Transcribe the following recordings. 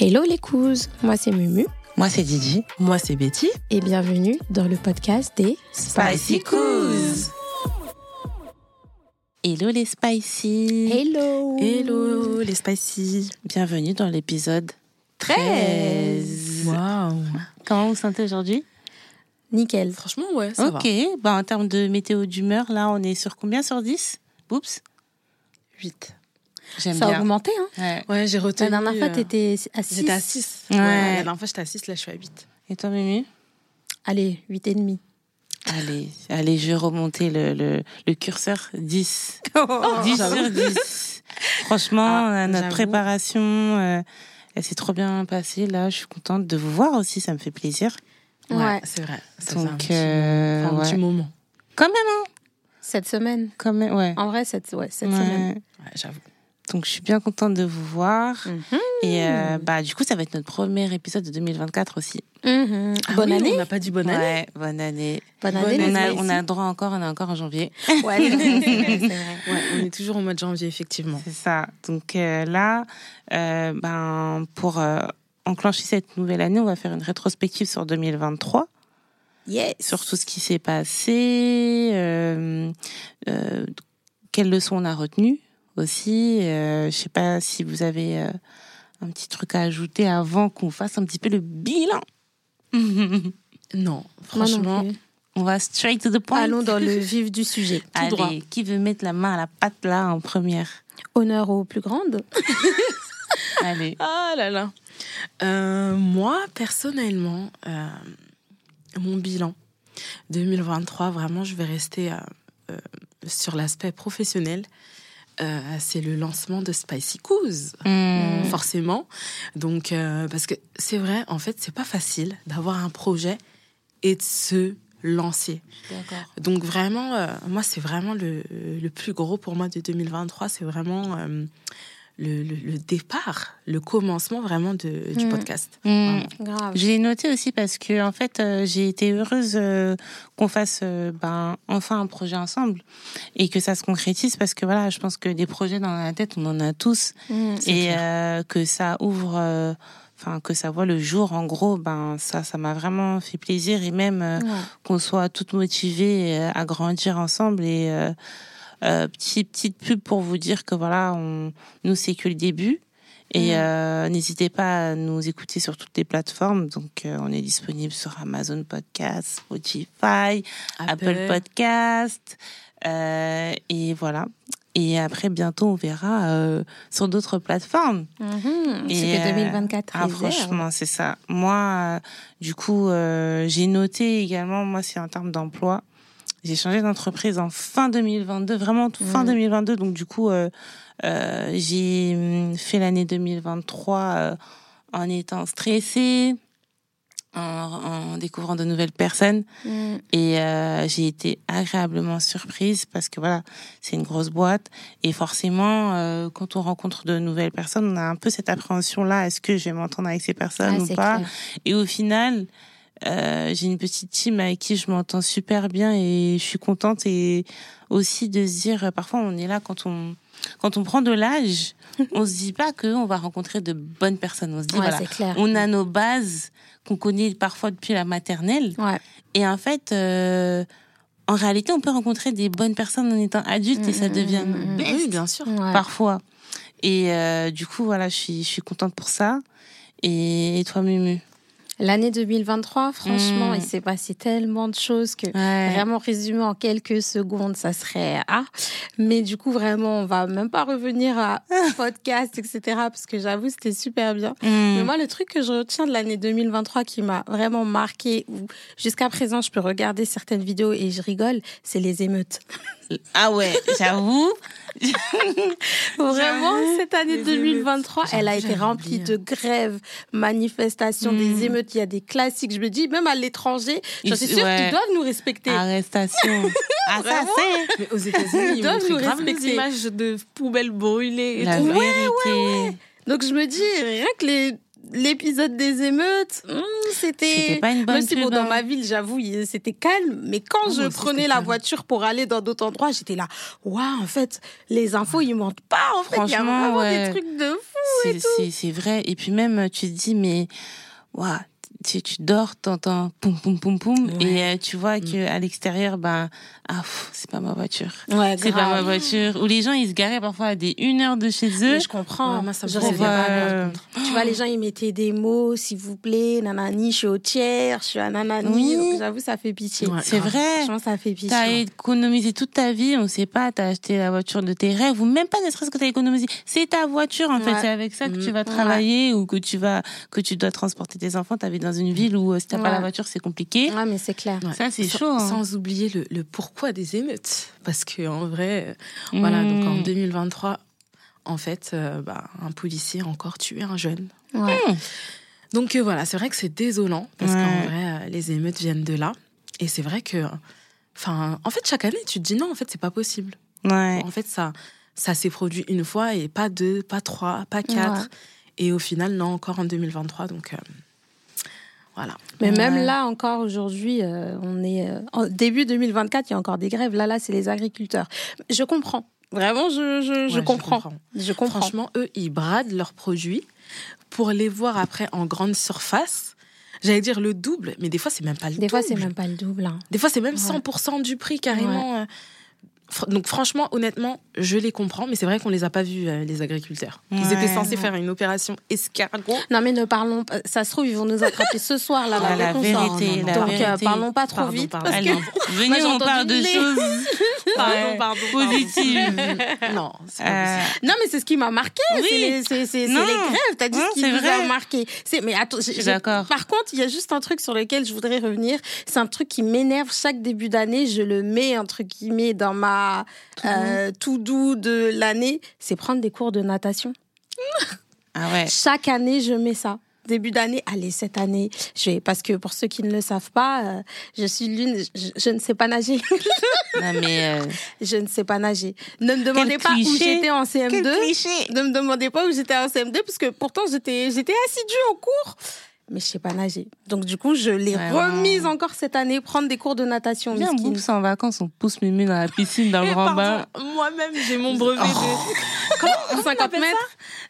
Hello les couzes, moi c'est Mumu Moi, c'est Didi. Moi, c'est Betty. et bienvenue dans le podcast des Spicy Couz. Hello les Spicy. Hello Hello, les Spicy. Bienvenue dans l'épisode 13. Waouh. Comment vous sentez aujourd'hui Nickel. Franchement, ouais, ça Ok, bah, en termes de météo d'humeur, là on est sur combien sur 10 Oups, va. 8. j'aime Ça a bien. augmenté hein Ouais. Ouais, j'ai retenu. La dernière fois euh, t'étais à 6. J'étais à 6. Ouais. La dernière fois, j'étais à 6, là, je suis à 8. Et toi Mimi Allez, 8 et demi. Allez, allez, je vais remonter le, le, le curseur 10. 10 Oh. j'avoue. sur 10. Franchement, Ah, euh, notre j'avoue. préparation, euh, elle s'est trop bien passée. Là, je suis contente de vous voir aussi, ça me fait plaisir. Ouais. c'est vrai. Ça, c'est un Donc, petit- euh, un petit ouais. moment. quand même, hein, Cette semaine. quand même, ouais. En vrai cette ouais, cette Ouais. semaine. Ouais, j'avoue. Donc, je suis bien contente de vous voir. Mm-hmm. Et euh, bah, du coup, ça va être notre premier épisode de 2024 aussi. Mhm. Ah Bonne oui, année. On n'a pas dit bonne année. Ouais, bonne année. Bonne Bonne année. année. On les a, Spicy. on a droit encore, on est encore en janvier. Ouais, c'est vrai, c'est vrai, c'est vrai. Ouais. on est toujours au mois de janvier, effectivement. C'est ça. Donc euh, là, euh, ben, pour euh, enclencher cette nouvelle année, on va faire une rétrospective sur 2023, Yes. sur tout ce qui s'est passé, euh, euh, quelles leçons on a retenues aussi. Euh, Je sais pas si vous avez euh, un petit truc à ajouter avant qu'on fasse un petit peu le bilan. Non, Moi non franchement. plus. on va straight to the point. Allons dans le vif du sujet. Allez, droit. qui veut mettre la main à la pâte là en première Honneur aux plus grandes. Allez. Ah là là. Euh, moi, personnellement, euh, mon bilan 2023, vraiment, je vais rester euh, euh, sur l'aspect professionnel. Euh, c'est le lancement de Spicy Cause, Mmh. forcément. Donc, euh, parce que c'est vrai, en fait, c'est pas facile d'avoir un projet et de se lancer. Donc vraiment, euh, moi, c'est vraiment le, le plus gros pour moi de 2023. C'est vraiment euh, le, le- le départ, le commencement vraiment de- du Mm. podcast. Mmh. Grave. Je l'ai noté aussi parce que en fait euh, j'ai été heureuse euh, qu'on fasse euh, ben enfin un projet ensemble et que ça se concrétise parce que voilà je pense que des projets dans la tête on en a tous Mhm. et euh, que ça ouvre euh, enfin que ça voit le jour en gros ben ça ça m'a vraiment fait plaisir et même euh, Ouais. qu'on soit toutes motivées euh, à grandir ensemble et euh, euh, petit- petite pub pour vous dire que voilà on nous c'est que le début et Mm. euh, n'hésitez pas à nous écouter sur toutes les plateformes donc euh, on est disponible sur Amazon Podcast, Spotify, Apple, Podcast euh, et voilà et après bientôt on verra euh, sur d'autres plateformes Mhm. Et, Ce que euh, 2024 ah, réserve. franchement, c'est ça. Moi, euh, du coup, euh, j'ai noté également, moi, c'est en termes d'emploi. J'ai changé d'entreprise en fin 2022, vraiment tout fin Mm. 2022. Donc, du coup, euh, euh, j'ai hum, fait l'année 2023 euh, en étant stressée, en, en découvrant de nouvelles personnes. Mhm. Et euh, j'ai été agréablement surprise parce que voilà, c'est une grosse boîte. Et forcément, euh, quand on rencontre de nouvelles personnes, on a un peu cette appréhension-là. Est-ce que je vais m'entendre avec ces personnes Ah, ou c'est pas clair. Et au final, euh, j'ai une petite team avec qui je m'entends super bien et je suis contente. Et aussi de se dire, euh, parfois on est là quand on... Quand on prend de l'âge, on se dit pas qu'on va rencontrer de bonnes personnes. On se dit, Ouais, voilà, c'est clair. on a nos bases qu'on connaît parfois depuis la maternelle. Ouais. Et en fait, euh, en réalité, on peut rencontrer des bonnes personnes en étant adulte et ça Mm, devient mm, mm, mm. best Oui, bien sûr. Ouais. parfois. Et euh, du coup, voilà, je suis, je suis contente pour ça. Et toi, Mumu L'année 2023, franchement, Mm. il s'est passé tellement de choses que vraiment résumé en quelques secondes, ça serait ah. Mais du coup, vraiment, on va même pas revenir à podcast, etc. Parce que j'avoue, c'était super bien. Mais Ah. Mm. moi, le truc que je retiens de l'année 2023 qui m'a vraiment marqué, où jusqu'à présent, je peux regarder certaines vidéos et je rigole, c'est les émeutes. Ah ouais, j'avoue. Vraiment, cette année les 2023, émeutes. elle a J'avoue, été j'avais remplie oublié. de grèves, manifestations, des émeutes. Il y a des classiques. Je me dis, même à l'étranger, je Ils- suis sûre ouais. qu'ils doivent nous respecter. Arrestation. ah, ça, Vraiment c'est Mais aux États-Unis, Ils ils doivent montrent nous grave des respecter. images de poubelles brûlées. et la tout. vérité. Donc je me dis, rien que les l'épisode des émeutes, hmm, c'était pas une bonne Même si, bon, pub, dans hein. ma ville, j'avoue, il- c'était calme, mais quand moi je aussi, prenais c'était la calme. voiture pour aller dans d'autres endroits, j'étais là, waouh, en fait, les infos, ils mentent pas, en fait, il y a Franchement, vraiment ouais. des trucs de fou. C'est- C'est c'est vrai. Et puis même, tu te dis, mais ouah, tu, tu dors, t'entends poum poum poum poum, Ouais. et euh, tu vois Mm. que à l'extérieur, ben ah, pff, c'est pas ma voiture. Ouais, C'est pas ma voiture. Ou les gens, ils se garaient parfois à des une heure de chez eux. je comprends. Ouais, moi, ça me je faisait rêvais Pour, pas, euh, moi. Tu vois, les gens, ils mettaient des mots, s'il vous plaît, nanani, je suis au tiers, je suis à nanani. Oui. Donc, J'avoue, ça fait pitié. Ouais. C'est grave. vrai. Franchement, ça fait pitié. T'as économisé toute ta vie, on sait pas, t'as acheté la voiture de tes rêves, ou même pas ne serait-ce que t'as économisé. C'est ta voiture, en Ouais. fait, c'est avec ça que tu Mm. vas Ouais. travailler, ou que tu vas, que tu dois transporter tes enfants. T'habites dans une ville où euh, si t'as Ouais. pas la voiture, c'est compliqué. Ouais, mais c'est clair. Ouais. Ça, c'est Sans- chaud, hein. Sans oublier le, le pourquoi des émeutes. Parce que en vrai, euh, voilà, donc en Mm. 2023, en fait, euh, bah, un policier a encore tué un jeune. Ouais. Donc euh, voilà, c'est vrai que c'est désolant parce qu'en Ouais. vrai, euh, les émeutes viennent de là. Et c'est vrai que, enfin, en fait, chaque année, tu te dis non, en fait, c'est pas possible. Mm. Ouais. En fait, ça, ça s'est produit une fois et pas deux, pas trois, pas quatre. Ouais. Et au final, non, encore en 2023. Donc euh, voilà. Mais même Ouais. là, encore aujourd'hui, euh, on est euh, en début 2024, il y a encore des grèves. Là, là, c'est les agriculteurs. Je comprends. Vraiment, je, je, je Ouais, comprends. Je comprends. Franchement, eux, ils bradent leurs produits pour les voir après en grande surface. J'allais dire le double, mais des fois, c'est même pas le Des double. fois, c'est même pas le double. hein. Des fois, c'est même Ouais. 100% du prix, carrément. Euh, fr- Donc, franchement, honnêtement, je les comprends, mais c'est vrai qu'on les a pas vus, euh, les agriculteurs. Ils Ouais. étaient censés faire une opération escargot. Non, mais ne parlons pas. Ça se trouve, ils vont nous attraper ce soir, là, Ah, là, la dès qu'on sort. vérité, la Donc, euh, vérité. parlons pas trop Pardon, vite. pardon. parce que- Allez, Moi, venez, j'ai on entendu parle de le nez. choses Pardon, pardon, pardon. positives. Non, c'est pas Euh, possible. Non, mais c'est ce qui m'a marqué. Oui. C'est les, c'est- c'est- c'est Non. les grèves. T'as dit Non, ce qui c'est nous a vrai. marqué. C'est- Mais attends, j'ai- suis j'ai- d'accord. Par contre, il y a juste un truc sur lequel je voudrais revenir. C'est un truc qui m'énerve chaque début d'année. Je le mets, entre guillemets, dans ma euh, tout doux de l'année. C'est prendre des cours de natation. Ah ouais. Chaque année, je mets ça. Début d'année, allez, cette année, je vais, parce que pour ceux qui ne le savent pas, euh, je suis l'une, je, je ne sais pas nager. Non, mais, euh, je ne sais pas nager. Ne me demandez pas où cliché. j'étais en CM2. quel cliché. Ne me demandez pas où j'étais en CM2 parce que pourtant j'étais j'étais assidue au cours, mais je sais pas nager. Donc du coup, je l'ai Ouais, remise encore cette année prendre des cours de natation Viens, mesquine. Boubs, en vacances, on pousse Mimi dans la piscine, dans le Eh, grand bain. pardon, Moi-même, j'ai mon brevet Oh. de. Comment 50 mètres,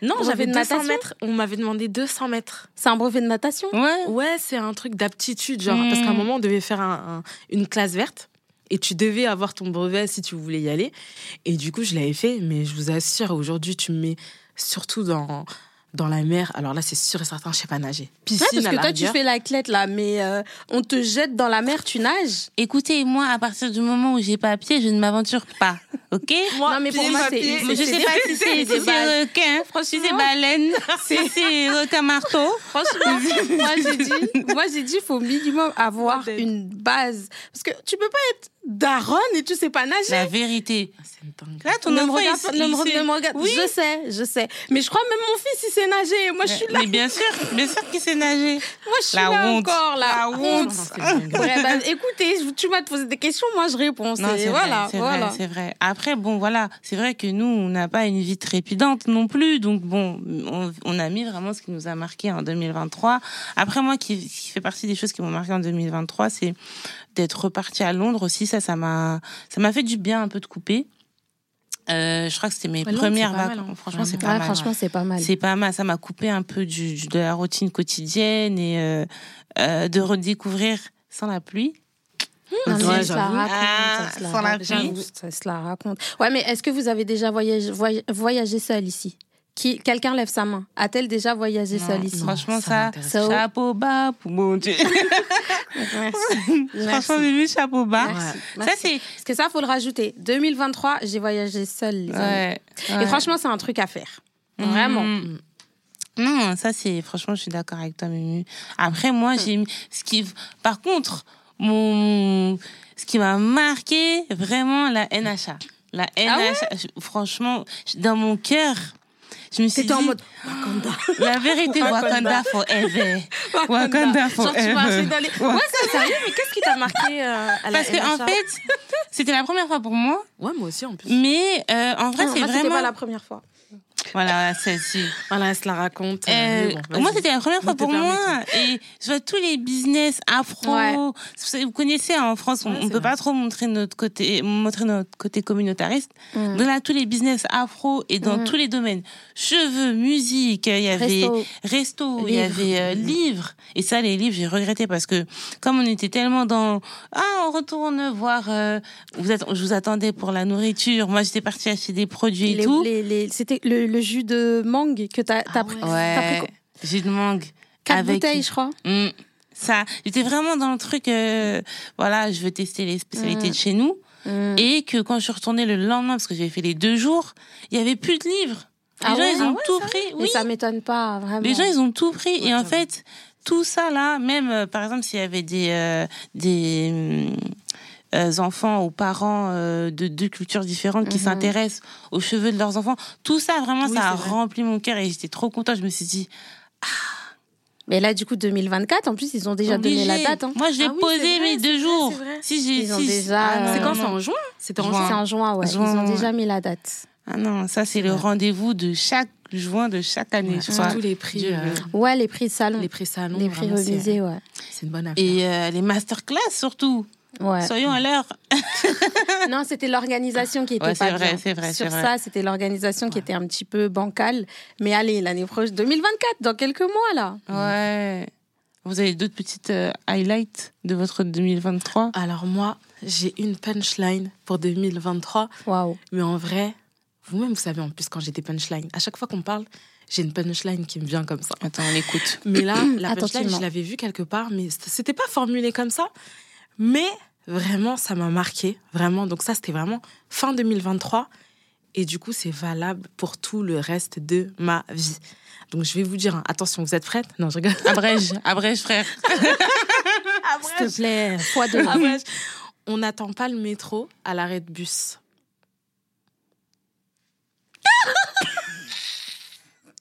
Non, Brevet j'avais de 200 natation mètres. On m'avait demandé 200 mètres. c'est un brevet de natation. Ouais. Ouais, c'est un truc d'aptitude, genre, Mm. parce qu'à Hmm. un moment, on devait faire un- un- une classe verte. Et tu devais avoir ton brevet si tu voulais y aller. Et du coup, je l'avais fait, mais je vous assure, aujourd'hui, tu me mets surtout dans, dans la mer. Alors là, c'est sûr et certain, je sais pas nager. Piscine, Ouais, parce à que la toi tu rigueur. fais l'athlète là, mais euh, on te jette dans la mer, tu nages. Écoutez, moi, à partir du moment où j'ai pas pied, je ne m'aventure pas. OK Moi, non mais pour pied, moi c'est papier. Je c'est- sais c'est pas des- si c'est des si bases. c'est requin, si c'est baleine, si c'est requin marteau. Franchement, moi j'ai dit, moi j'ai dit, faut au minimum avoir Peut-être. une base parce que tu peux pas être daronne et tu sais pas nager. La vérité. Ah, C'est une dinguerie. Là, ton ne me enfant, il regarde, s- ne il me- sait- ne me regarde- Oui. Je sais, je sais. Mais je crois même mon fils, il sait nager. Et Moi, je suis là. Mais bien sûr, bien sûr qu'il sait nager. Moi, je suis La là honte. encore. La, La honte. honte. C'est une dinguerie. Ouais, bah, écoutez, je- tu vas te poser des questions, moi, je réponds. Non, C'est- c'est voilà, vrai, c'est voilà. vrai, c'est vrai. Après, bon, voilà, c'est vrai que nous, on n'a pas une vie trépidante non plus. Donc, bon, on, on a mis vraiment ce qui nous a marqué en 2023. Après, moi, qui, qui fait partie des choses qui m'ont marqué en 2023, c'est d'être reparti à Londres aussi. Ça, ça m'a, ça m'a fait du bien un peu de couper. Euh, je crois que c'était mes Londres, premières c'est pas mal, vacances. hein. Franchement, c'est Ouais, pas mal. Ah, franchement, c'est pas mal. C'est pas mal, ça m'a coupé un peu du, du- de la routine quotidienne et euh, euh, de redécouvrir sans la pluie. Non, mais ça se Ouais, la j'avoue. raconte, Ah, ça se la sans la raconte, pluie. Ça se la raconte. Ouais, mais est-ce que vous avez déjà voyagé, voy- voyagé seul ici Qui, Quelqu'un lève sa main. A-t-elle déjà voyagé seule Non, ici Franchement, ça ça, m'intéresse pas. chapeau bas pour mon Dieu. Merci. Merci. Franchement, Mimi, chapeau bas. Ouais. Ça, c'est. Parce que ça, faut le rajouter. 2023, j'ai voyagé seule. les amis. Ouais. Et ouais. franchement, c'est un truc à faire. Vraiment. Mhm. Non, ça, c'est. Franchement, je suis d'accord avec toi, Mimi. Après, Mm. moi, j'ai mis. Ce qui... Par contre, mon. Ce qui m'a marqué, vraiment, la NHA. La Ah NHA, je- franchement, je- dans mon cœur, je me suis dit. C'était en mode Wakanda. La vérité, Wakanda. Wakanda forever. Wakanda Genre, tu marchais forever. dans les. Ouais, c'est sérieux, mais qu'est-ce qui t'a marqué euh, à la Parce que, en NHA? fait, c'était la première fois pour moi. Ouais, moi aussi, en plus. Hmm. Mais euh, en vrai, Non, c'est moi, c'était vraiment. pas la première fois. Voilà, celle-ci. Voilà, elle se la raconte. Euh, Mais bon, vas-y. moi, c'était la première fois Nous te pour moi. Et je vois tous les business afro. Ouais. Vous savez, Vous connaissez, hein, en France, on Ouais, on c'est peut vrai. pas trop montrer notre côté, montrer notre côté communautariste. Mm. Donc là, tous les business afro et dans Mm. tous les domaines. Cheveux, musique, il y avait Resto. resto, il y Livres. avait euh, livres. Et ça, les livres, j'ai regretté parce que comme on était tellement dans ah, on retourne voir. euh, vous êtes, je vous attendais pour la nourriture. Moi, j'étais partie acheter des produits et Les- tout. Ah les- les- C'était le, le jus de mangue que t'as t'as pris. t'as pris Ouais, jus de mangue. Quatre avec- bouteilles, je crois. Mm. Ça, j'étais vraiment dans le truc. euh, voilà, je veux tester les spécialités Mm. de chez nous. Mm. Et que quand je suis retournée le lendemain, parce que j'avais fait les deux jours, il y avait plus de livres. Les Ah gens, ouais ils Ah ont ouais, tout pris. Mais Oui, ça m'étonne pas, vraiment. les gens, ils ont tout pris. Ouais, Et en j'avoue. fait, tout ça là, même euh, par exemple, s'il y avait des euh, des hum, euh, enfants ou parents euh, de deux cultures différentes qui Mhm. s'intéressent aux cheveux de leurs enfants, tout ça vraiment, Oui, ça a c'est vrai. rempli mon cœur et j'étais trop contente. Je me suis dit, Mais là, du coup, 2024, en plus, ils ont déjà donné la Obligé. date. hein. Moi, je l'ai Ah oui, posé c'est vrai, mes c'est deux vrai, jours. c'est vrai. Si j'ai, Ils ont si- déjà, ah non, euh, C'est quand non, c'est non. en juin C'était en Juin. C'est juin. en juin, ouais. Juin, Ils ont ouais. déjà mis la date. Ah non, ça c'est le Ouais. rendez-vous de chaque juin de chaque année, je crois. Surtout les prix, Dieu. euh, Ouais, les prix de salon. les Les, prix salons. prix vraiment, c'est- revisés, ouais. C'est une bonne affaire. Et euh, les masterclass surtout. ouais. Soyons à l'heure. Non, c'était l'organisation qui était Ouais, c'est pas vrai, bien. c'est vrai, Sur c'est vrai. ça, c'était l'organisation qui était un petit peu bancale. Mais allez, l'année prochaine, 2024, dans quelques mois là. Ouais. Vous avez d'autres petites euh, highlights de votre 2023 Alors moi, j'ai une punchline pour 2023, Waouh. mais en vrai, vous-même vous savez en plus quand j'ai des punchlines. À chaque fois qu'on parle, j'ai une punchline qui me vient comme ça. Attends, on écoute. Mais là, la punchline, Attentivement. je l'avais vue quelque part, mais c- c'était pas formulé comme ça. Mais vraiment, ça m'a marqué, vraiment. Donc ça, c'était vraiment fin 2023. Et du coup, c'est valable pour tout le reste de ma vie. Donc je vais vous dire, hein, attention, vous êtes prête Non, je rigole. Abrège, abrège frère. S'il te plaît, fois de Ah ouais. On n'attend pas le métro à l'arrêt de bus.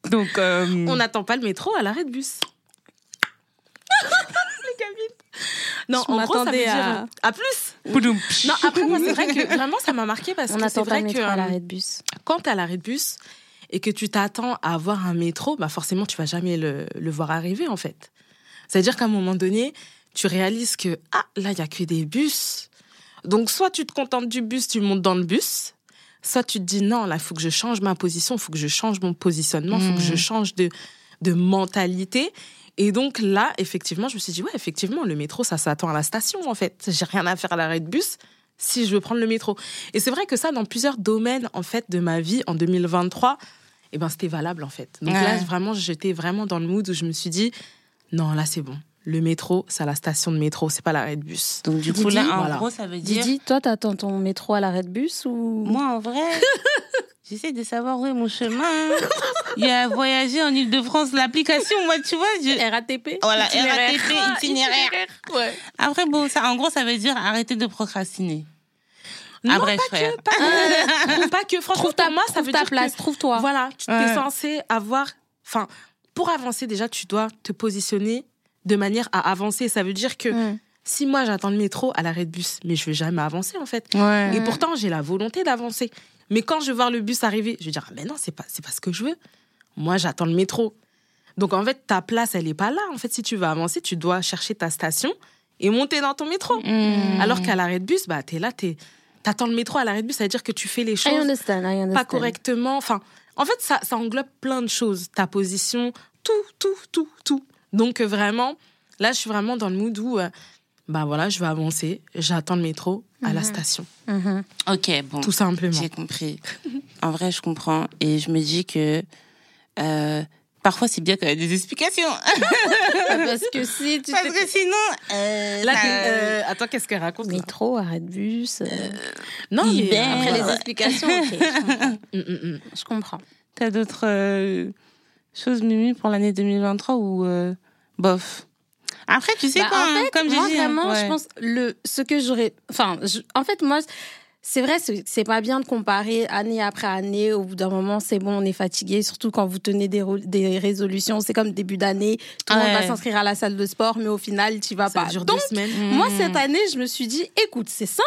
Donc euh, On n'attend pas le métro à l'arrêt de bus. Les gamines. Non, Je on en gros, ça veut m'attendais dire à- euh, à plus. poudoum. Non, après moi, c'est vrai que vraiment, ça m'a marqué parce On que c'est attend pas vrai le que métro à euh, l'arrêt de bus. quand t'es à l'arrêt de bus et que tu t'attends à avoir un métro, bah forcément, tu vas jamais le, le voir arriver en fait. C'est-à-dire qu'à un moment donné, tu réalises que ah là, il y a que des bus. Donc soit tu te contentes du bus, tu montes dans le bus. Soit tu te dis non, là, il faut que je change ma position, il faut que je change mon positionnement, il faut que Mhm. je change de, de mentalité. Et donc là, effectivement, je me suis dit, ouais, effectivement, le métro, ça s'attend à la station, en fait. J'ai rien à faire à l'arrêt de bus si je veux prendre le métro. Et c'est vrai que ça, dans plusieurs domaines, en fait, de ma vie en 2023, eh ben, c'était valable, en fait. Donc là, Ouais. vraiment, j'étais vraiment dans le mood où je me suis dit, non, là, c'est bon. Le métro, c'est à la station de métro, c'est pas l'arrêt de bus. Donc du Didi, coup là, en voilà. gros, ça veut dire. Didi, toi, t'attends ton métro à l'arrêt de bus ou Moi, en vrai, j'essaie de savoir où est mon chemin. Il y a voyager en Ile-de-France, l'application, moi, tu vois. Je... RATP Voilà, Itinéraire. RATP, itinéraire. Ah, Ouais. Après, bon, ça, en gros, ça veut dire arrêter de procrastiner. Non, Après, pas frère. que, pas que. Trouve pas que, franchement, Ah, Trouve ta, pour moi, ça trouve veut ta dire que- place, trouve-toi. Voilà, tu Ouais. es censé avoir. Enfin, pour avancer, déjà, tu dois te positionner de manière à avancer. Ça veut dire que Mm. si moi j'attends le métro à l'arrêt de bus, mais je vais jamais avancer en fait. Ouais. Et pourtant, j'ai la volonté d'avancer. Mais quand je vais voir le bus arriver, je vais dire ah, mais non, c'est pas c'est pas ce que je veux. Moi, j'attends le métro. Donc en fait, ta place, elle est pas là. En fait, si tu veux avancer, tu dois chercher ta station et monter dans ton Mmh. métro. Hmm. Alors qu'à l'arrêt de bus, bah t'es là, t'es t'attends le métro à l'arrêt de bus, ça veut dire que tu fais les I choses understand, I understand. pas correctement. Enfin, en fait, ça, ça englobe plein de choses. Ta position, tout, tout, tout, tout. Donc euh, vraiment, là, je suis vraiment dans le mood où, euh, bah voilà, je vais avancer. J'attends le métro à la station, Mhm. Ok, bon. tout simplement. J'ai compris. En vrai, je comprends. Et je me dis que euh, parfois, c'est bien qu'il y ait des explications. Parce que si tu Parce te... que sinon. euh, Là, ça- t'es- euh, attends, qu'est-ce qu'elle raconte là Métro, arrêt de bus. euh, Non, mais, Hiver. euh, Après les Eh, Ouais. explications, ok, je comprends. Mm, mm, mm. Je comprends. T'as d'autres euh, choses, Mimi, pour l'année 2023 ou euh, bof Après, tu sais Bah, quoi, en hein, fait, comme j'ai moi, dit, hein, vraiment, je ouais. pense le ce que j'aurais. Enfin, je- en fait, moi, c'est vrai, c'est c'est pas bien de comparer année après année. Au bout d'un moment, c'est bon, on est fatigué. Surtout quand vous tenez des, rôles- des résolutions, c'est comme début d'année, tout le monde Ah Ouais. va s'inscrire à la salle de sport, mais au final, tu vas Ça pas. dure Bah, Donc, deux semaines. moi, Mm. cette année, je me suis dit, écoute, c'est simple.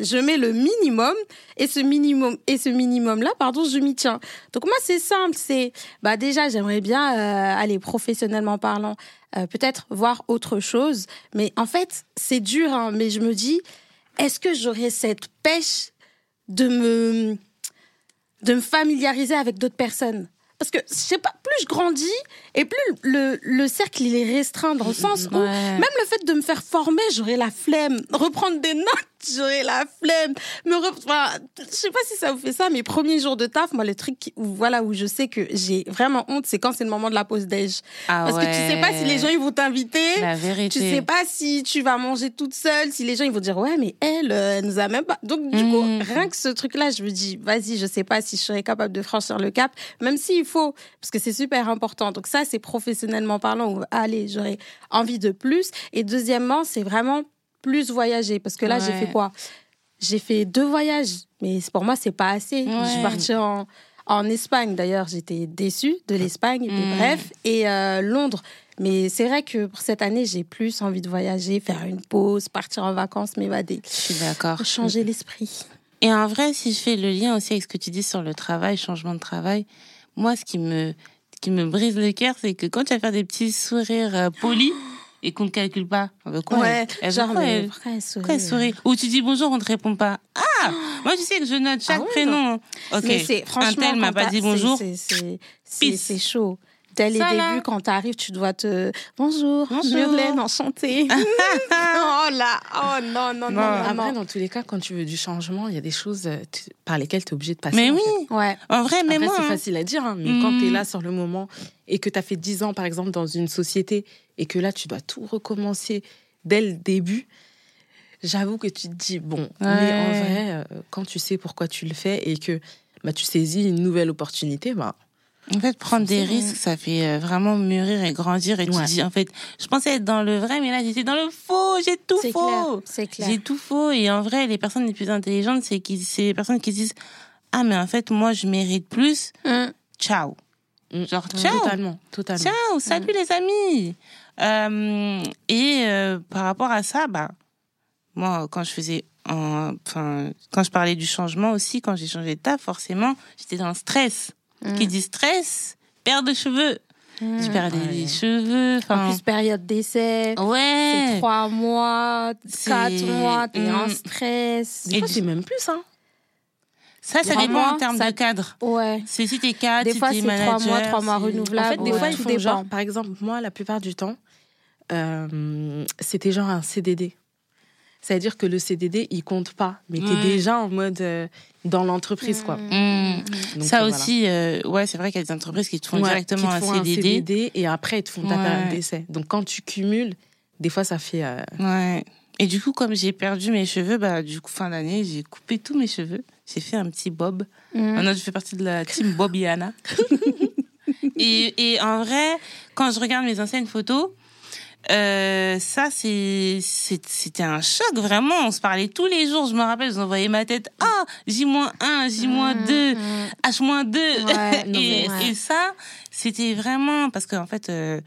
je mets le minimum et ce minimum et ce minimum là pardon je m'y tiens donc moi c'est simple c'est bah déjà j'aimerais bien euh, aller professionnellement parlant euh, peut-être voir autre chose mais en fait c'est dur hein, mais je me dis est-ce que j'aurais cette pêche de me de me familiariser avec d'autres personnes parce que je sais pas plus je grandis et plus le, le cercle il est restreint dans le sens où Ouais. même le fait de me faire former j'aurais la flemme reprendre des notes j'aurais la flemme me re... enfin, je sais pas si ça vous fait ça mes premiers jours de taf moi le truc qui- où voilà où je sais que j'ai vraiment honte c'est quand c'est le moment de la pause déj Ah Bah parce que tu sais pas si les gens ils vont t'inviter La vérité. tu sais pas si tu vas manger toute seule, si les gens ils vont dire ouais mais elle, euh, elle nous a même pas. Donc du coup Hmm. Mhm. rien que ce truc là, je me dis vas-y je sais pas si je serais capable de franchir le cap, même s'il faut parce que c'est super important. Donc ça c'est professionnellement parlant où allez j'aurais envie de plus. Et deuxièmement c'est vraiment plus voyager parce que là j'ai Ouais. fait quoi J'ai fait deux voyages mais c'est- pour moi c'est pas assez. Je suis Ouais. partie en en Espagne d'ailleurs, j'étais déçue de l'Espagne, mais Mhm. bref, et euh, Londres. Mais c'est vrai que pour cette année, j'ai plus envie de voyager, faire une pause, partir en vacances, m'évader. Je suis d'accord. Pour changer l'esprit. Et en vrai, si je fais le lien aussi avec ce que tu dis sur le travail, changement de travail, moi, ce qui me, ce qui me brise le cœur, c'est que quand tu vas faire des petits sourires euh, polis et qu'on ne calcule pas, on veut quoi elle Elle veut genre, quoi, mais elle après, souris. Pourquoi elle sourit Ou tu dis bonjour, on ne te répond pas. Ah Moi, tu sais que je note chaque Ah ouais, prénom. Ok. Mais c'est un franchement. tel m'a quand pas t'as- dit c'est- bonjour. c'est- C'est c'est- Peace. c'est chaud. Dès les Ça, là. débuts, quand t'arrives, tu dois te. Bonjour, Bonjour. Murlaine, enchantée. oh là, oh non, non, non, non, Après, non. dans tous les cas, quand tu veux du changement, il y a des choses euh, tu- par lesquelles tu es obligé de passer. Mais en oui, fait. Ouais. en vrai, mais Après, moi. c'est hein. Mm. facile à dire, hein, mais quand tu es là sur le moment et que tu as fait 10 ans, par exemple, dans une société et que là, tu dois tout recommencer dès le début, j'avoue que tu te dis, bon, mais en Ouais. vrai, euh, quand tu sais pourquoi tu le fais et que bah, tu saisis une nouvelle opportunité, bah, En fait, prendre des Forcément. risques, ça fait euh, vraiment mûrir et grandir. Et Ouais. tu dis, en fait, je pensais être dans le vrai, mais là, j'étais dans le faux. J'ai tout C'est clair. faux. C'est clair. J'ai tout faux. Et en vrai, les personnes les plus intelligentes, c'est qui- c'est les personnes qui se disent, ah, mais en fait, moi, je mérite plus. Hum. Ciao. Mm. Genre, ciao. totalement, totalement. Ciao, salut les amis. Euh, et euh, par rapport à ça, bah, moi, quand je faisais, en- enfin, quand je parlais du changement aussi, quand j'ai changé de taf, forcément, j'étais dans le stress. Mm. Qui dit stress, perd de cheveux. Tu perds des Ouais. cheveux. hum. En Enfin, plus, période d'essai. C'est ouais. trois mois, C'est- quatre mois, t'es en Mm. stress. Des Et fois, du- c'est même plus, hein. Ça, ça Trois dépend mois, en termes ça- de cadre. Ouais. C'est si t'es cadre, Des si fois, c'est t'es trois manager. mois, trois mois si- En renouvelables. fait, Là, des ouais. fois, ils Tout font dépend. genre, par exemple, moi, la plupart du temps, euh, c'était genre un CDD. C'est-à-dire que le CDD, il compte pas. Mais t'es Ouais. déjà en mode euh, dans l'entreprise, quoi. Mm. Donc, ça euh, voilà. aussi, euh, ouais, c'est vrai qu'il y a des entreprises qui te font Ouais, directement qui te font un CDD. et après, ils te font ta Ouais. période d'essai. Donc, quand tu cumules, des fois, ça fait... euh, Ouais. Et du coup, comme j'ai perdu mes cheveux, bah, du coup, fin d'année, j'ai coupé tous mes cheveux. J'ai fait un petit bob. Mmh. Mm. Maintenant, je fais partie de la team Bobiana. et, et en vrai, quand je regarde mes anciennes photos, euh, ça, c'est- c'est- c'était un choc, vraiment. On se parlait tous les jours. Je me rappelle, je vous envoyais ma tête. Ah, J-1, Mm. Mmh. J-2, H-2. Ouais, non, et, mais ouais. et ça, c'était vraiment... Parce qu'en fait... euh,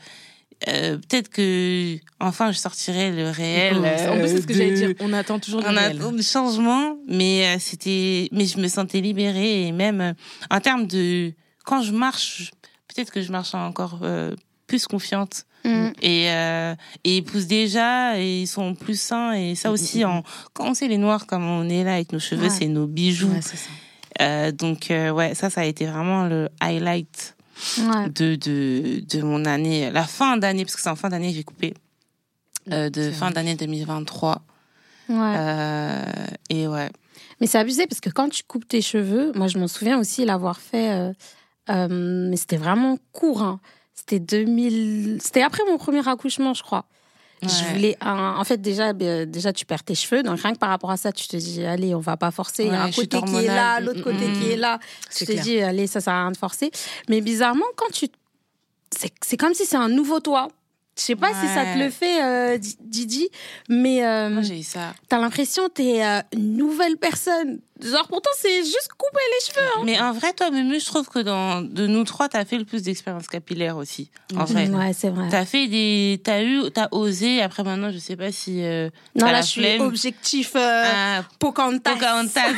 euh, peut-être que enfin je sortirai le réel en plus, c'est ce que euh, j'allais de- dire. On attend toujours du on a réel. un changement, mais euh, c'était, mais je me sentais libérée et même euh, en termes de quand je marche, je- peut-être que je marche encore euh, plus confiante Mm. et euh, et ils poussent déjà et ils sont plus sains et ça Mm, aussi mm, en quand on sait les noirs comme on est là avec nos cheveux, Ouais. c'est nos bijoux. Ouais, c'est ça. Euh, donc euh, ouais, ça ça a été vraiment le highlight Ouais. de, de, de mon année, la fin d'année, parce que c'est en fin d'année que j'ai coupé, euh, de C'est fin vrai. d'année 2023. Ouais. Euh, et ouais. Mais c'est abusé parce que quand tu coupes tes cheveux, moi je m'en souviens aussi l'avoir fait, euh, euh, mais c'était vraiment court. hein. C'était 2000. C'était après mon premier accouchement, je crois. Je Ouais. voulais un- En fait, déjà, ben, déjà, tu perds tes cheveux. Donc, rien que par rapport à ça, tu te dis, allez, on va pas forcer. Il y a Ouais, un je suis côté qui est là, hormonale. l'autre Mm, côté mm, qui est là. Tu C'est te clair. dis, allez, ça sert à rien de forcer. Mais bizarrement, quand tu. C'est c'est comme si c'est un nouveau toi. Je sais pas si ça te le fait, euh, Di- Didi, mais euh, Moi, j'ai eu ça. t'as l'impression que t'es euh, une nouvelle personne. Genre, pourtant, c'est juste couper les cheveux. hein. Mais en vrai, toi, Mumu, je trouve que dans, de nous trois, t'as fait le plus d'expérience capillaire aussi. En vrai. Mm. Ouais, c'est vrai. T'as fait des. T'as eu. T'as osé. Après, maintenant, je sais pas si. euh, Non, t'as là, la je suis flemme. objectif euh, Ah, Pocahontas. Pocahontas.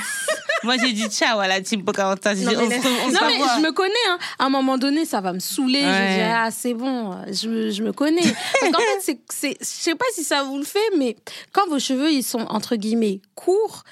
Moi, j'ai dit ciao à la team Pocahontas. J'ai Non, dit, mais, on se, on se non, mais revoit. je me connais. hein. À un moment donné, ça va me saouler. Je Ouais. dis, ah, c'est bon, je, me- je me connais. Parce qu'en fait, c'est- c'est- je sais pas si ça vous le fait, mais quand vos cheveux, ils sont, entre guillemets, courts,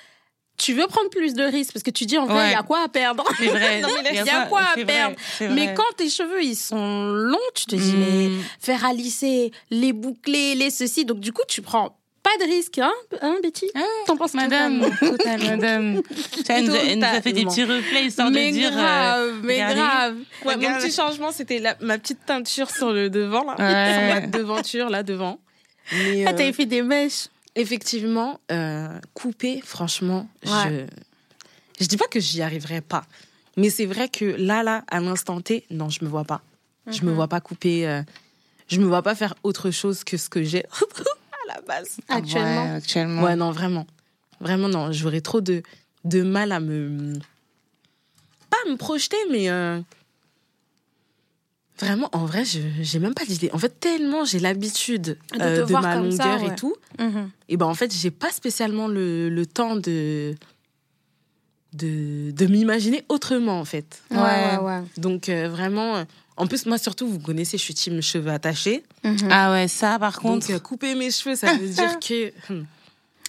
tu veux prendre plus de risques parce que tu dis, en vrai, il Ouais. y a quoi à perdre C'est vrai. Non, mais il y a ça, quoi à c'est vrai, perdre c'est Mais vrai. quand tes cheveux, ils sont longs, tu te dis, Mm. mais faire à lisser, les boucler, les ceci. Donc, du coup, tu prends pas de risques, hein, hein Betty Ah, T'en penses quoi, toi Madame, total, madame. Ça, elle nous, a- elle nous a fait des Totalement. petits replays histoire Mais de dire. euh, grave, mais regardez. grave. Ouais, mon Regarde. petit changement, c'était la- ma petite teinture sur le devant, là. Ouais. Sur ma devanture, là, devant. Mais, Ah, euh, t'avais fait des mèches. effectivement, euh, couper, franchement, Ouais. je... je dis pas que j'y arriverai pas. Mais c'est vrai que là, là, à l'instant T, non, je me vois pas. Je Mhm. me vois pas couper. euh, Je me vois pas faire autre chose que ce que j'ai à la base. Ah, actuellement. ouais, actuellement. Ouais, non, vraiment. Vraiment, non. J'aurais trop de, de mal à me. Pas à me projeter, mais. euh, Vraiment, en vrai, je j'ai même pas d'idée. En fait, tellement j'ai l'habitude De te euh, de voir ma comme longueur ça, ouais. et tout. Mhm. Et ben, en fait, j'ai pas spécialement le, le temps de. de, de m'imaginer autrement, en fait. Ouais, ouais, ouais. Donc, euh, vraiment. euh, En plus, moi, surtout, vous connaissez, je suis team cheveux attachés. Mhm. Ah ouais, ça, par contre. Donc, euh, couper mes cheveux, ça veut dire que. hum,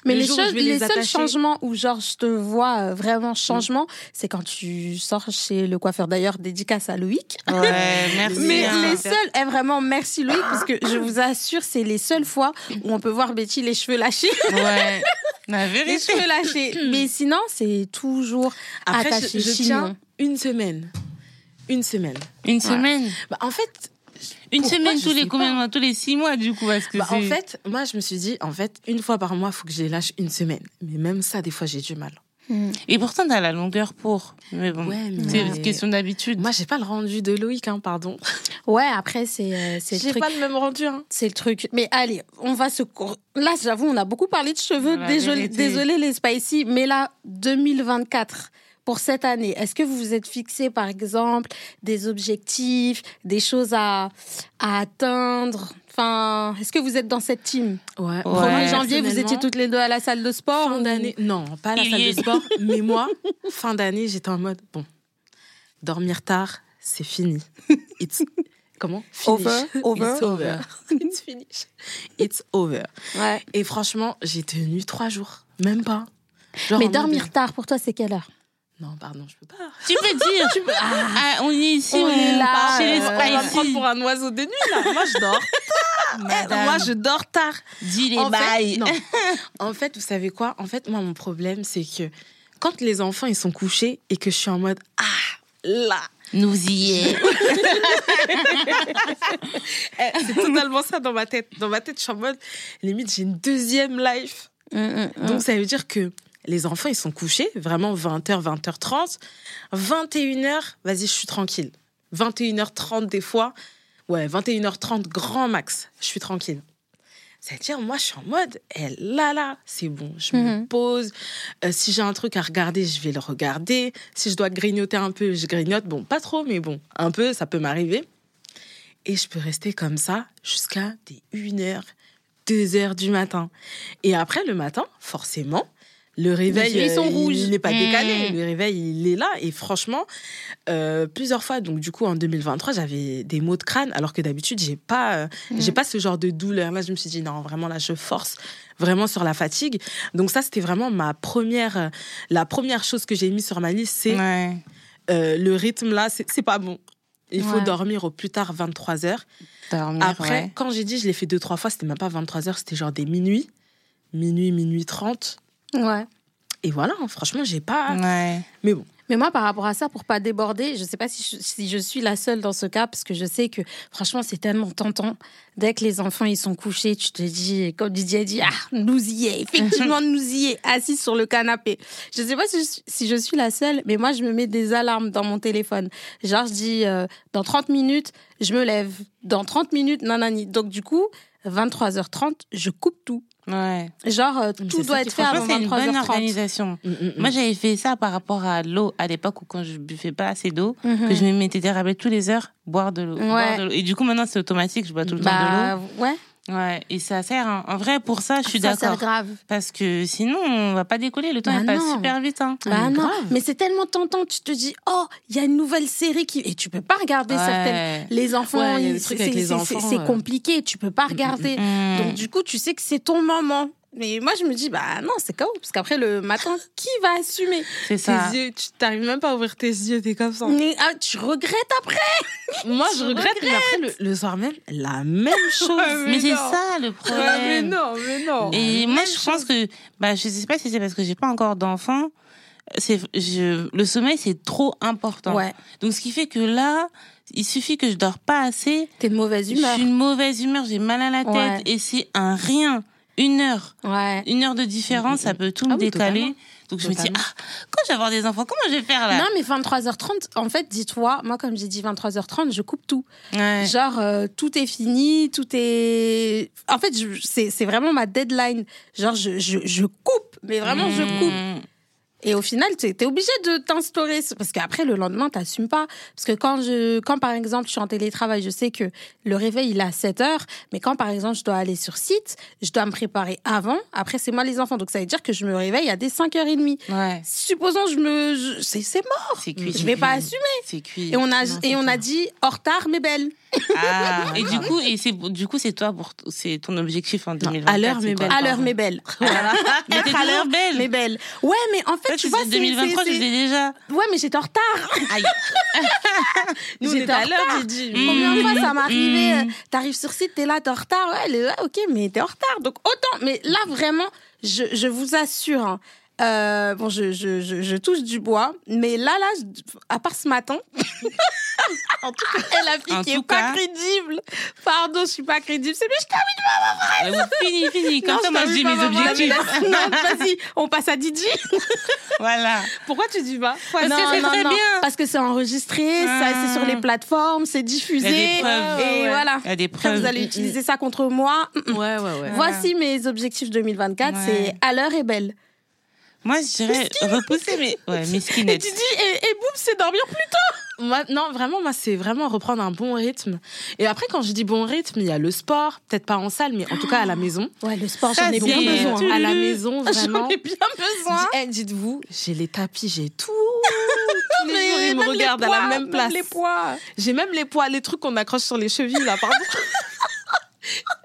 Mais le les, jour où je choses- vais les les seuls attacher- changements où genre je te vois euh, vraiment changement, c'est quand tu sors chez le coiffeur. D'ailleurs, dédicace à Loïc. euh, Ouais, merci. Mais hein. les seuls, eh, vraiment, merci Loïc, parce que je vous assure, c'est les seules fois où on peut voir Betty les cheveux lâchés. Ouais. La les vérité. cheveux lâchés. Mais sinon, c'est toujours Après, attaché je, je chignon. tiens une semaine. Une semaine. Une semaine. Bah, en fait, Une Pourquoi, semaine je tous les sais combien de mois Tous les six mois, du coup, parce que bah, c'est. en fait, moi, je me suis dit, en fait, une fois par mois, il faut que je les lâche une semaine. Mais même ça, des fois, j'ai du mal. Et pourtant, t'as la longueur pour. Mais bon. Ouais, mais- C'est une question d'habitude. Moi, j'ai pas le rendu de Loïc, hein, pardon. Ouais, après, c'est euh, c'est le J'ai truc. pas le même rendu. Hein. C'est le truc. Mais allez, on va se. cor- Là, j'avoue, on a beaucoup parlé de cheveux. La Désolé, vérité. désolé les spicy, mais là, 2024. Pour cette année, est-ce que vous vous êtes fixé, par exemple, des objectifs, des choses à, à atteindre Enfin, est-ce que vous êtes dans cette team Ouais. Au 1er Ouais. janvier, vous étiez toutes les deux à la salle de sport Fin ou- d'année. Non, pas à la Il salle y de est. sport. mais moi, fin d'année, j'étais en mode, bon, dormir tard, c'est fini. It's. Comment Finish. Over, over. It's over. It's finish. It's over. Ouais. Et franchement, j'ai tenu trois jours, même pas. Genre Mais en mode- dormir tard, pour toi, c'est quelle heure Non, pardon, je peux pas. Tu peux dire. Ah, on est ici, On on, est là, Chez les euh, on va me prendre Spicy. pour un oiseau de nuit là. Moi, je dors. Eh, Madame, moi, je dors tard. dis les en bails. Fait, non. en fait, vous savez quoi En fait, moi, mon problème, c'est que quand les enfants ils sont couchés et que je suis en mode ah là, Nous y est. Eh, c'est totalement ça dans ma tête. Dans ma tête, je suis en mode limite j'ai une deuxième life. Ah. Donc ça veut dire que les enfants ils sont couchés, vraiment 20h, 20h30, 21h, vas-y, je suis tranquille. 21h30 des fois. Ouais, 21h30 grand max, je suis tranquille. C'est-à-dire moi je suis en mode eh, là là, c'est bon, je me Mhm. pose. Euh, si j'ai un truc à regarder, je vais le regarder. Si je dois grignoter un peu, je grignote. Bon, pas trop mais bon, un peu ça peut m'arriver. Et je peux rester comme ça jusqu'à des 1h, 2h du matin. Et après, le matin, forcément, le réveil. yeux, ils sont euh, rouges. Il n'est pas Mmh. décalé. Le réveil, il est là. Et franchement, euh, plusieurs fois, donc du coup, en 2023, j'avais des maux de crâne, alors que d'habitude, j'ai pas, euh, j'ai pas ce genre de douleur. Là, je me suis dit, non, vraiment, là, je force vraiment sur la fatigue. Donc, ça, c'était vraiment ma première. euh, la première chose que j'ai mis sur ma liste, c'est Ouais. euh, le rythme là, c'est c'est pas bon. Il faut Ouais. dormir au plus tard 23 heures. Dormir, Après, ouais. quand j'ai dit, je l'ai fait deux, trois fois, c'était même pas 23h, c'était genre des minuit, minuit, minuit 30. Ouais. Et voilà, hein, franchement, j'ai pas. ah, Ouais. Mais bon, Mais moi, par rapport à ça, pour pas déborder, je sais pas si je, si je suis la seule dans ce cas, parce que je sais que franchement, c'est tellement tentant. Dès que les enfants ils sont couchés, tu te dis, comme Didier dit, ah, nous y est, effectivement, Mhm. nous y est, assis sur le canapé. Je sais pas si je, suis- si je suis la seule, mais moi, je me mets des alarmes dans mon téléphone. Genre, je dis, euh, dans 30 minutes, je me lève. Dans 30 minutes, nanani. Donc, du coup, 23h30, je coupe tout. Ouais. Genre, euh, c'est tout ça doit qu'il être faut fait Franchement, avant c'est une bonne 23h30. organisation. Mm, mm, mm. Moi, j'avais fait ça par rapport à l'eau à l'époque où quand je buvais pas assez d'eau, Mhm. que je me mettais des rabais tous les heures, boire de l'eau. boire Ouais. de l'eau. Et du coup, maintenant, c'est automatique, je bois tout le temps Bah, ouais, de l'eau. Ouais. Et ça sert. hein. En vrai, pour ça, je suis ça, c'est d'accord. grave. Parce que sinon, on va pas décoller. Le temps Bah il passe non. super vite. Hein. Bah Ah, mais non, grave. mais c'est tellement tentant, tu te dis oh, il y a une nouvelle série qui et tu peux pas regarder Ouais. certaines les enfants, Ouais, il y a ils- des trucs c'est- avec les c'est- c'est- enfants, c'est euh. compliqué, tu peux pas regarder. Mm. Donc du coup, tu sais que c'est ton moment. Mais moi je me dis bah non, c'est KO parce qu'après le matin, qui va assumer c'est ça. Tes yeux, tu t'arrives même pas à ouvrir tes yeux, t'es comme ça. Mais, ah, tu regrettes après Moi, je je regrette, mais après, le, le soir même, la même chose. Mais, c'est ça le problème. Ah, mais non, mais Oh, non. ah Et moi, Même je pense que, bah, je sais pas si c'est parce que j'ai pas encore d'enfant. C'est, je, le sommeil, c'est trop important. Ouais, Donc, ce qui fait que là, il suffit que je dors pas assez. t'es de mauvaise Je humeur. suis une mauvaise humeur, j'ai mal à la Ouais. tête. Et c'est un rien. Une heure. Ouais. Une heure de différence, ça peut tout Ah me oui, décaler. totalement. Donc, je me Totalement. dis, ah, quand je vais avoir des enfants, comment je vais faire là? Non mais 23h30, en fait, dis-toi, moi comme j'ai dit 23h30, je coupe tout. Ouais. Genre, euh, tout est fini, tout est. En fait, je- c'est c'est vraiment ma deadline. Genre, je, je, je coupe, mais vraiment, Hmm. je coupe. Mm. Et au final, t'es es obligé de t'instaurer. ce- Parce qu'après, le lendemain, t'assumes pas. Parce que quand, je, quand, par exemple, je suis en télétravail, je sais que le réveil, il est à 7 heures. Mais quand, par exemple, je dois aller sur site, je dois me préparer avant. Après, c'est moi les enfants. Donc, ça veut dire que je me réveille à des 5h30. Mmh. Ouais. Supposons, je me. je- C'est c'est mort. C'est cuit. Oh, Je c'est vais cuit. pas assumer. C'est cuit. Et on a, Non, c'est et on a clair. dit, en retard, mais belle. Ah, et du coup, et c'est du coup, c'est toi pour c'est ton objectif en 2024. à l'heure, c'est mais quoi, belle. À pardon l'heure, mais belle. Mais t'es Être à l'heure, toujours belle. mais belle. Ouais, mais en fait, tu Toi, tu vois, sais, c'est- 2023, c'est- je l'ai déjà. c'est- Ouais, mais j'étais en retard. Aïe. Nous, on J'étais était en à l'heure, retard. j'ai dit. Combien de Mmh. fois ça m'est arrivé Mmh. euh, T'arrives sur site, t'es là, t'es en retard. Ouais, le- ouais, ok, mais t'es en retard. Donc autant. Mais là, vraiment, je, je vous assure. hein, euh, bon, je, je, je, je touche du bois, mais là, là, je- à part ce matin, en tout cas, elle a En fille qui est tout pas cas. crédible. Pardon, je suis pas crédible. C'est mais je t'avais Euh, vous- Fini, fini. Comme Ah, Non, je ça, moi, t'avoue j'ai pas, mes maman. objectifs. Non, vas-y, on passe à Didi. Voilà. Pourquoi tu dis pas Parce que c'est très bien. Ah. Parce que c'est enregistré, ça, c'est sur les plateformes, c'est diffusé. Il y a des Et preuves. Ah Ouais, ouais. euh, voilà. Il y a des Après, preuves. Mm, vous allez utiliser ça contre moi. Ouais, ouais, ouais. Voici mes objectifs 2024, Ouais. c'est à l'heure et belle. Moi, je dirais repousser mes. Ouais, mes Et skinheads. Didi et, et Boum, c'est dormir plus. Moi, non, vraiment, moi, c'est vraiment reprendre un bon rythme. Et après, quand je dis bon rythme, il y a le sport, peut-être pas en salle, mais en tout cas à la maison. Ouais, le sport, Ça, j'en ai c'est- bien Donc, euh, besoin. tu- À la maison, Ah, J'en vraiment. ai bien besoin. Eh, Dites-vous, j'ai les tapis, j'ai tout. Tous les Mais jours, ils même me les regardent à poids, la même même place. les poids. J'ai même les poids, les trucs qu'on accroche sur les chevilles, là, pardon.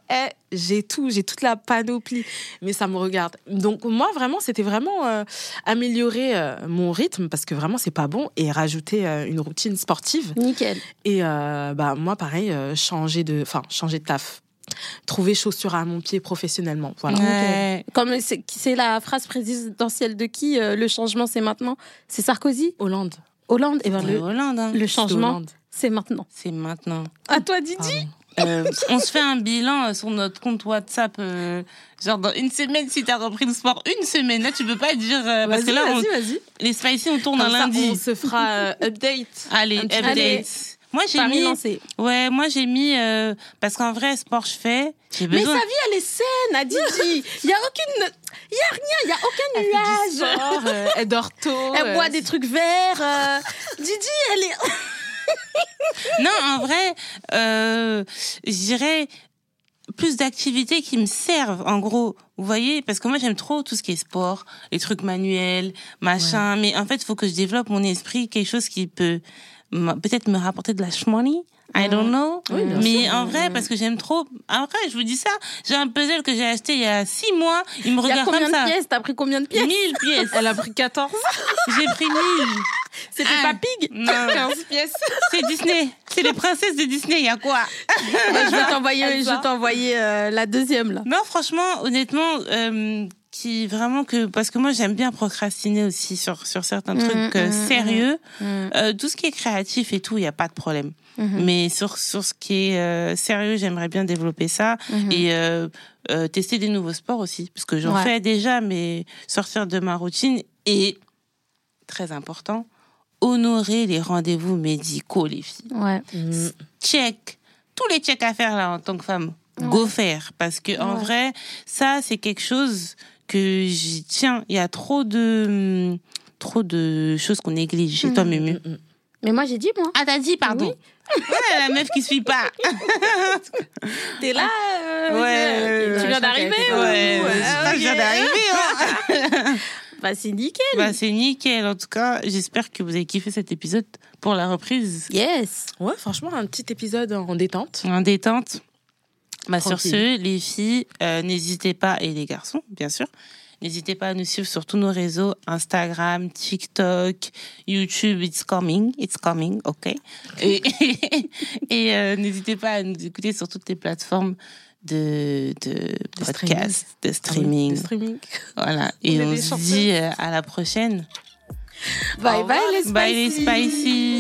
Eh, j'ai tout, j'ai toute la panoplie, mais ça me regarde. Donc moi vraiment, c'était vraiment euh, améliorer euh, mon rythme parce que vraiment c'est pas bon et rajouter euh, une routine sportive Nickel. et euh, bah moi pareil euh, changer de, enfin changer de taf, trouver chaussures à mon pied professionnellement, voilà. Ouais. Comme c'est c'est la phrase présidentielle de qui euh, Le changement, c'est maintenant. C'est Sarkozy Hollande, Hollande Et ben, Le le, Hollande. hein. le c'est changement, Hollande. c'est maintenant. C'est maintenant. À toi, Didi. Pardon. Euh, on se fait un bilan euh, sur notre compte WhatsApp. euh, genre, dans une semaine, si t'as repris le sport, une semaine. Là, tu peux pas dire. Ah, euh, parce Vas-y, que là, on- vas-y, vas-y. les spicy, on tourne Comme un ça, on lundi. se fera euh, update. Allez, Un petit- update. Allez. Moi, j'ai Paris mis. lancé. Ouais, moi, j'ai mis. euh, parce qu'en vrai, sport, je fais. J'ai Mais besoin. sa vie, elle est saine, à Didi. Il n'y a aucune. Il n'y a rien, il n'y a aucun Elle fait du nuage. sport, euh, elle dort tôt. Elle euh, boit des trucs verts. euh, Didi, elle est. Non, en vrai, euh, je dirais plus d'activités qui me servent, en gros. Vous voyez Parce que moi, j'aime trop tout ce qui est sport, les trucs manuels, machin. Mais en fait, il faut que je développe mon esprit, quelque chose qui peut m'a- peut-être me rapporter de la money. I don't know. Oui, bien mais en vrai, parce que j'aime trop. Après, je vous dis ça, j'ai un puzzle que j'ai acheté il y a six mois. Il me Il y a regarde combien comme ça. de pièces T'as pris combien de pièces 1000 pièces. Elle a pris 14. J'ai pris 1000. C'était Ah. pas pig Non, pièces. c'est Disney. C'est les princesses de Disney, il y a quoi je vais t'envoyer, je vais t'envoyer euh, la deuxième là. Non, franchement, honnêtement, euh, qui vraiment que parce que moi j'aime bien procrastiner aussi sur sur certains Mm-hmm, trucs euh, sérieux, Mm, Euh, tout ce qui est créatif et tout, il n'y a pas de problème. Mm-hmm. Mais sur sur ce qui est euh, sérieux, j'aimerais bien développer ça et euh, euh, tester des nouveaux sports aussi parce que j'en Mm-hmm. Ouais. fais déjà, mais sortir de ma routine et très important, honorer les rendez-vous médicaux, les filles Ouais. Mmh. check, tous les checks à faire là en tant que femme, go faire. Parce que en Ouais. vrai, ça, c'est quelque chose que j'y tiens. Il y a trop de, hum, trop de choses qu'on néglige. chez toi, Mumu. Mais moi j'ai dit moi. Hmm. Ah, t'as dit, pardon. Ouais, la meuf qui suit pas. T'es là. euh, Ouais, tu ouais, viens d'arriver. Eh Ouais, ou- je crois que je viens ok. d'arriver. hein. Bah c'est nickel. Bah, c'est nickel. En tout cas, j'espère que vous avez kiffé cet épisode pour la reprise Yes. Ouais, franchement, un petit épisode en détente. en détente. Bah, sur Tranquille. ce, les filles, euh, n'hésitez pas, et les garçons, bien sûr, n'hésitez pas à nous suivre sur tous nos réseaux Instagram, TikTok, YouTube, it's coming, it's coming, ok. Et, et, euh, n'hésitez pas à nous écouter sur toutes les plateformes de, de, De podcast, de Le streaming. streaming. Voilà. Et On est on, des se chanteuses. dit euh, à la prochaine. Bye bye les Bye les spicy. spicy.